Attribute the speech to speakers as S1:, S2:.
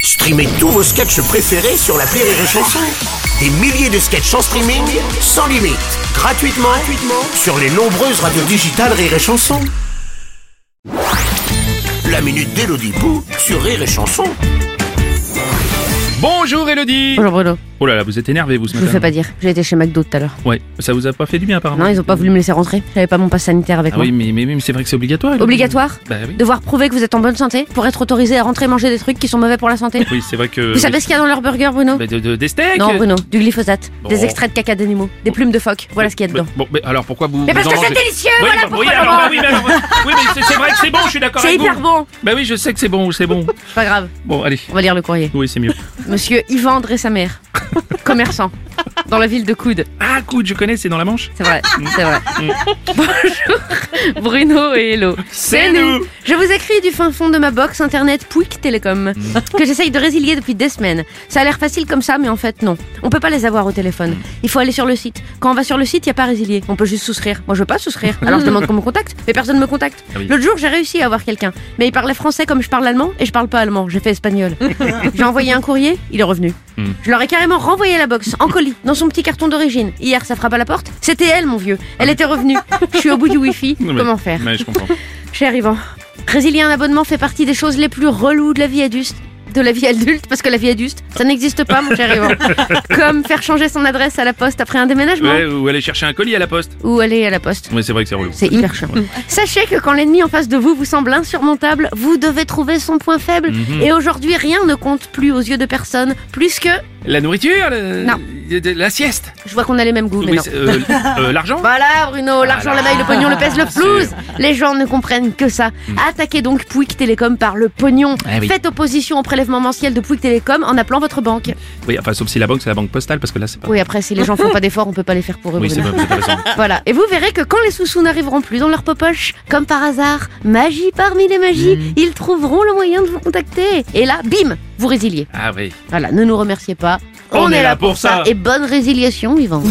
S1: Streamez tous vos sketchs préférés sur la Rire et Chanson. Des milliers de sketchs en streaming, sans limite, gratuitement, gratuitement sur les nombreuses radios digitales Rire et Chanson. La minute d'Elodie Pou sur Rire et Chanson.
S2: Bonjour Elodie
S3: Bonjour Bruno,
S2: Oh là là, vous êtes énervé vous ce
S3: je vous
S2: matin
S3: fais pas dire, j'ai été chez McDo tout à l'heure.
S2: Ouais, ça vous a pas fait du bien apparemment
S3: Non, ils ont pas voulu me laisser rentrer, j'avais pas mon passe sanitaire avec
S2: Ah
S3: moi.
S2: oui, mais, mais, mais c'est vrai que c'est obligatoire Elodie.
S3: Obligatoire
S2: Bah oui,
S3: Devoir prouver que vous êtes en bonne santé pour être autorisé à rentrer manger des trucs qui sont mauvais pour la santé.
S2: Euh, oui c'est vrai que...
S3: Vous savez ce qu'il y a dans leur burger, Bruno
S2: Bah, de- de- Des steaks
S3: Non, Bruno, du glyphosate,
S2: Bon.
S3: des extraits de caca d'animaux, des plumes de phoque, voilà ce qu'il y a
S2: Bah,
S3: dedans.
S2: Bon, mais alors pourquoi vous...
S3: Mais parce
S2: vous en
S3: que c'est
S2: mangez
S3: délicieux,
S2: Oui,
S3: voilà
S2: bah,
S3: pourquoi
S2: oui,
S3: on
S2: alors,
S3: mange.
S2: bah oui, mais, oui, mais c'est- c'est vrai que c'est bon, je suis d'accord
S3: C'est
S2: avec
S3: hyper
S2: vous
S3: bon
S2: Bah oui, je sais que c'est bon, c'est bon
S3: Pas grave,
S2: Bon, allez,
S3: on va lire le courrier.
S2: oui c'est mieux
S3: Monsieur Yvan André sa mère, commerçant, dans la ville de Coude.
S2: Ah, coude, je connais, c'est dans la manche
S3: C'est vrai, c'est vrai.
S2: Mm.
S3: Bonjour Bruno et Hello.
S2: C'est nous.
S3: Je vous écris du fin fond de ma box internet Pouic Télécom
S2: Mm.
S3: que j'essaye de résilier depuis des semaines. Ça a l'air facile comme ça, mais en fait non. On peut pas les avoir au téléphone.
S2: Mm.
S3: Il faut aller sur le site. Quand on va sur le site, il y a pas résilier. On peut juste souscrire. Moi, je veux pas souscrire. Alors je demande qu'on me contacte, mais personne me contacte.
S2: Ah oui.
S3: L'autre jour, j'ai réussi à avoir quelqu'un, mais il parlait français comme je parle allemand et je parle pas allemand. J'ai fait espagnol. j'ai envoyé un courrier, il est revenu.
S2: Mm.
S3: Je leur ai carrément renvoyé la box en colis dans son petit carton d'origine. Hier, ça frappe à la porte. C'était elle, mon vieux. Elle était revenue. Je suis au bout du wifi.
S2: Ah Non, mais-
S3: Comment faire
S2: Ouais, je comprends.
S3: Cher Yvan, résilier un abonnement fait partie des choses les plus reloues de la vie adulte. De la vie adulte, parce que la vie adulte, ça n'existe pas, mon cher Yvan. Comme faire changer son adresse à la poste après un déménagement
S2: Ouais, ou aller chercher un colis à la poste
S3: ou aller à la poste.
S2: Oui, c'est vrai que c'est relou
S3: C'est hyper chiant. Sachez que quand l'ennemi en face de vous vous semble insurmontable, vous devez trouver son point faible.
S2: Mhm.
S3: Et aujourd'hui, rien ne compte plus aux yeux de personne, plus que.
S2: La nourriture le-
S3: Non.
S2: le- La sieste
S3: Je vois qu'on a les mêmes goûts, mais
S2: Oui,
S3: non.
S2: c'est- euh, euh, L'argent
S3: Voilà Bruno, l'argent, la maille, le pognon, le pèse, le flouze Les gens ne comprennent que ça. Attaquez donc Pouic Télécom par le pognon.
S2: Ah Hmm. oui.
S3: Faites opposition au prélèvement mensuel de Pouic Télécom en appelant votre banque.
S2: Oui, enfin sauf si la banque c'est la banque postale parce que là c'est pas...
S3: Oui, après, si les gens font pas d'efforts, on peut pas les faire pour eux,
S2: Oui, c'est
S3: Bruno.
S2: pas, c'est pas raison.
S3: Voilà. Et vous verrez que quand les sous-sous n'arriveront plus dans leur popoche, comme par hasard, magie parmi les magies,
S2: Hmm.
S3: ils trouveront le moyen de vous contacter. Et là, bim, vous résiliez.
S2: Ah oui
S3: Voilà, ne nous remerciez pas.
S2: On est là pour ça.
S3: Et bonne résiliation, Yvan.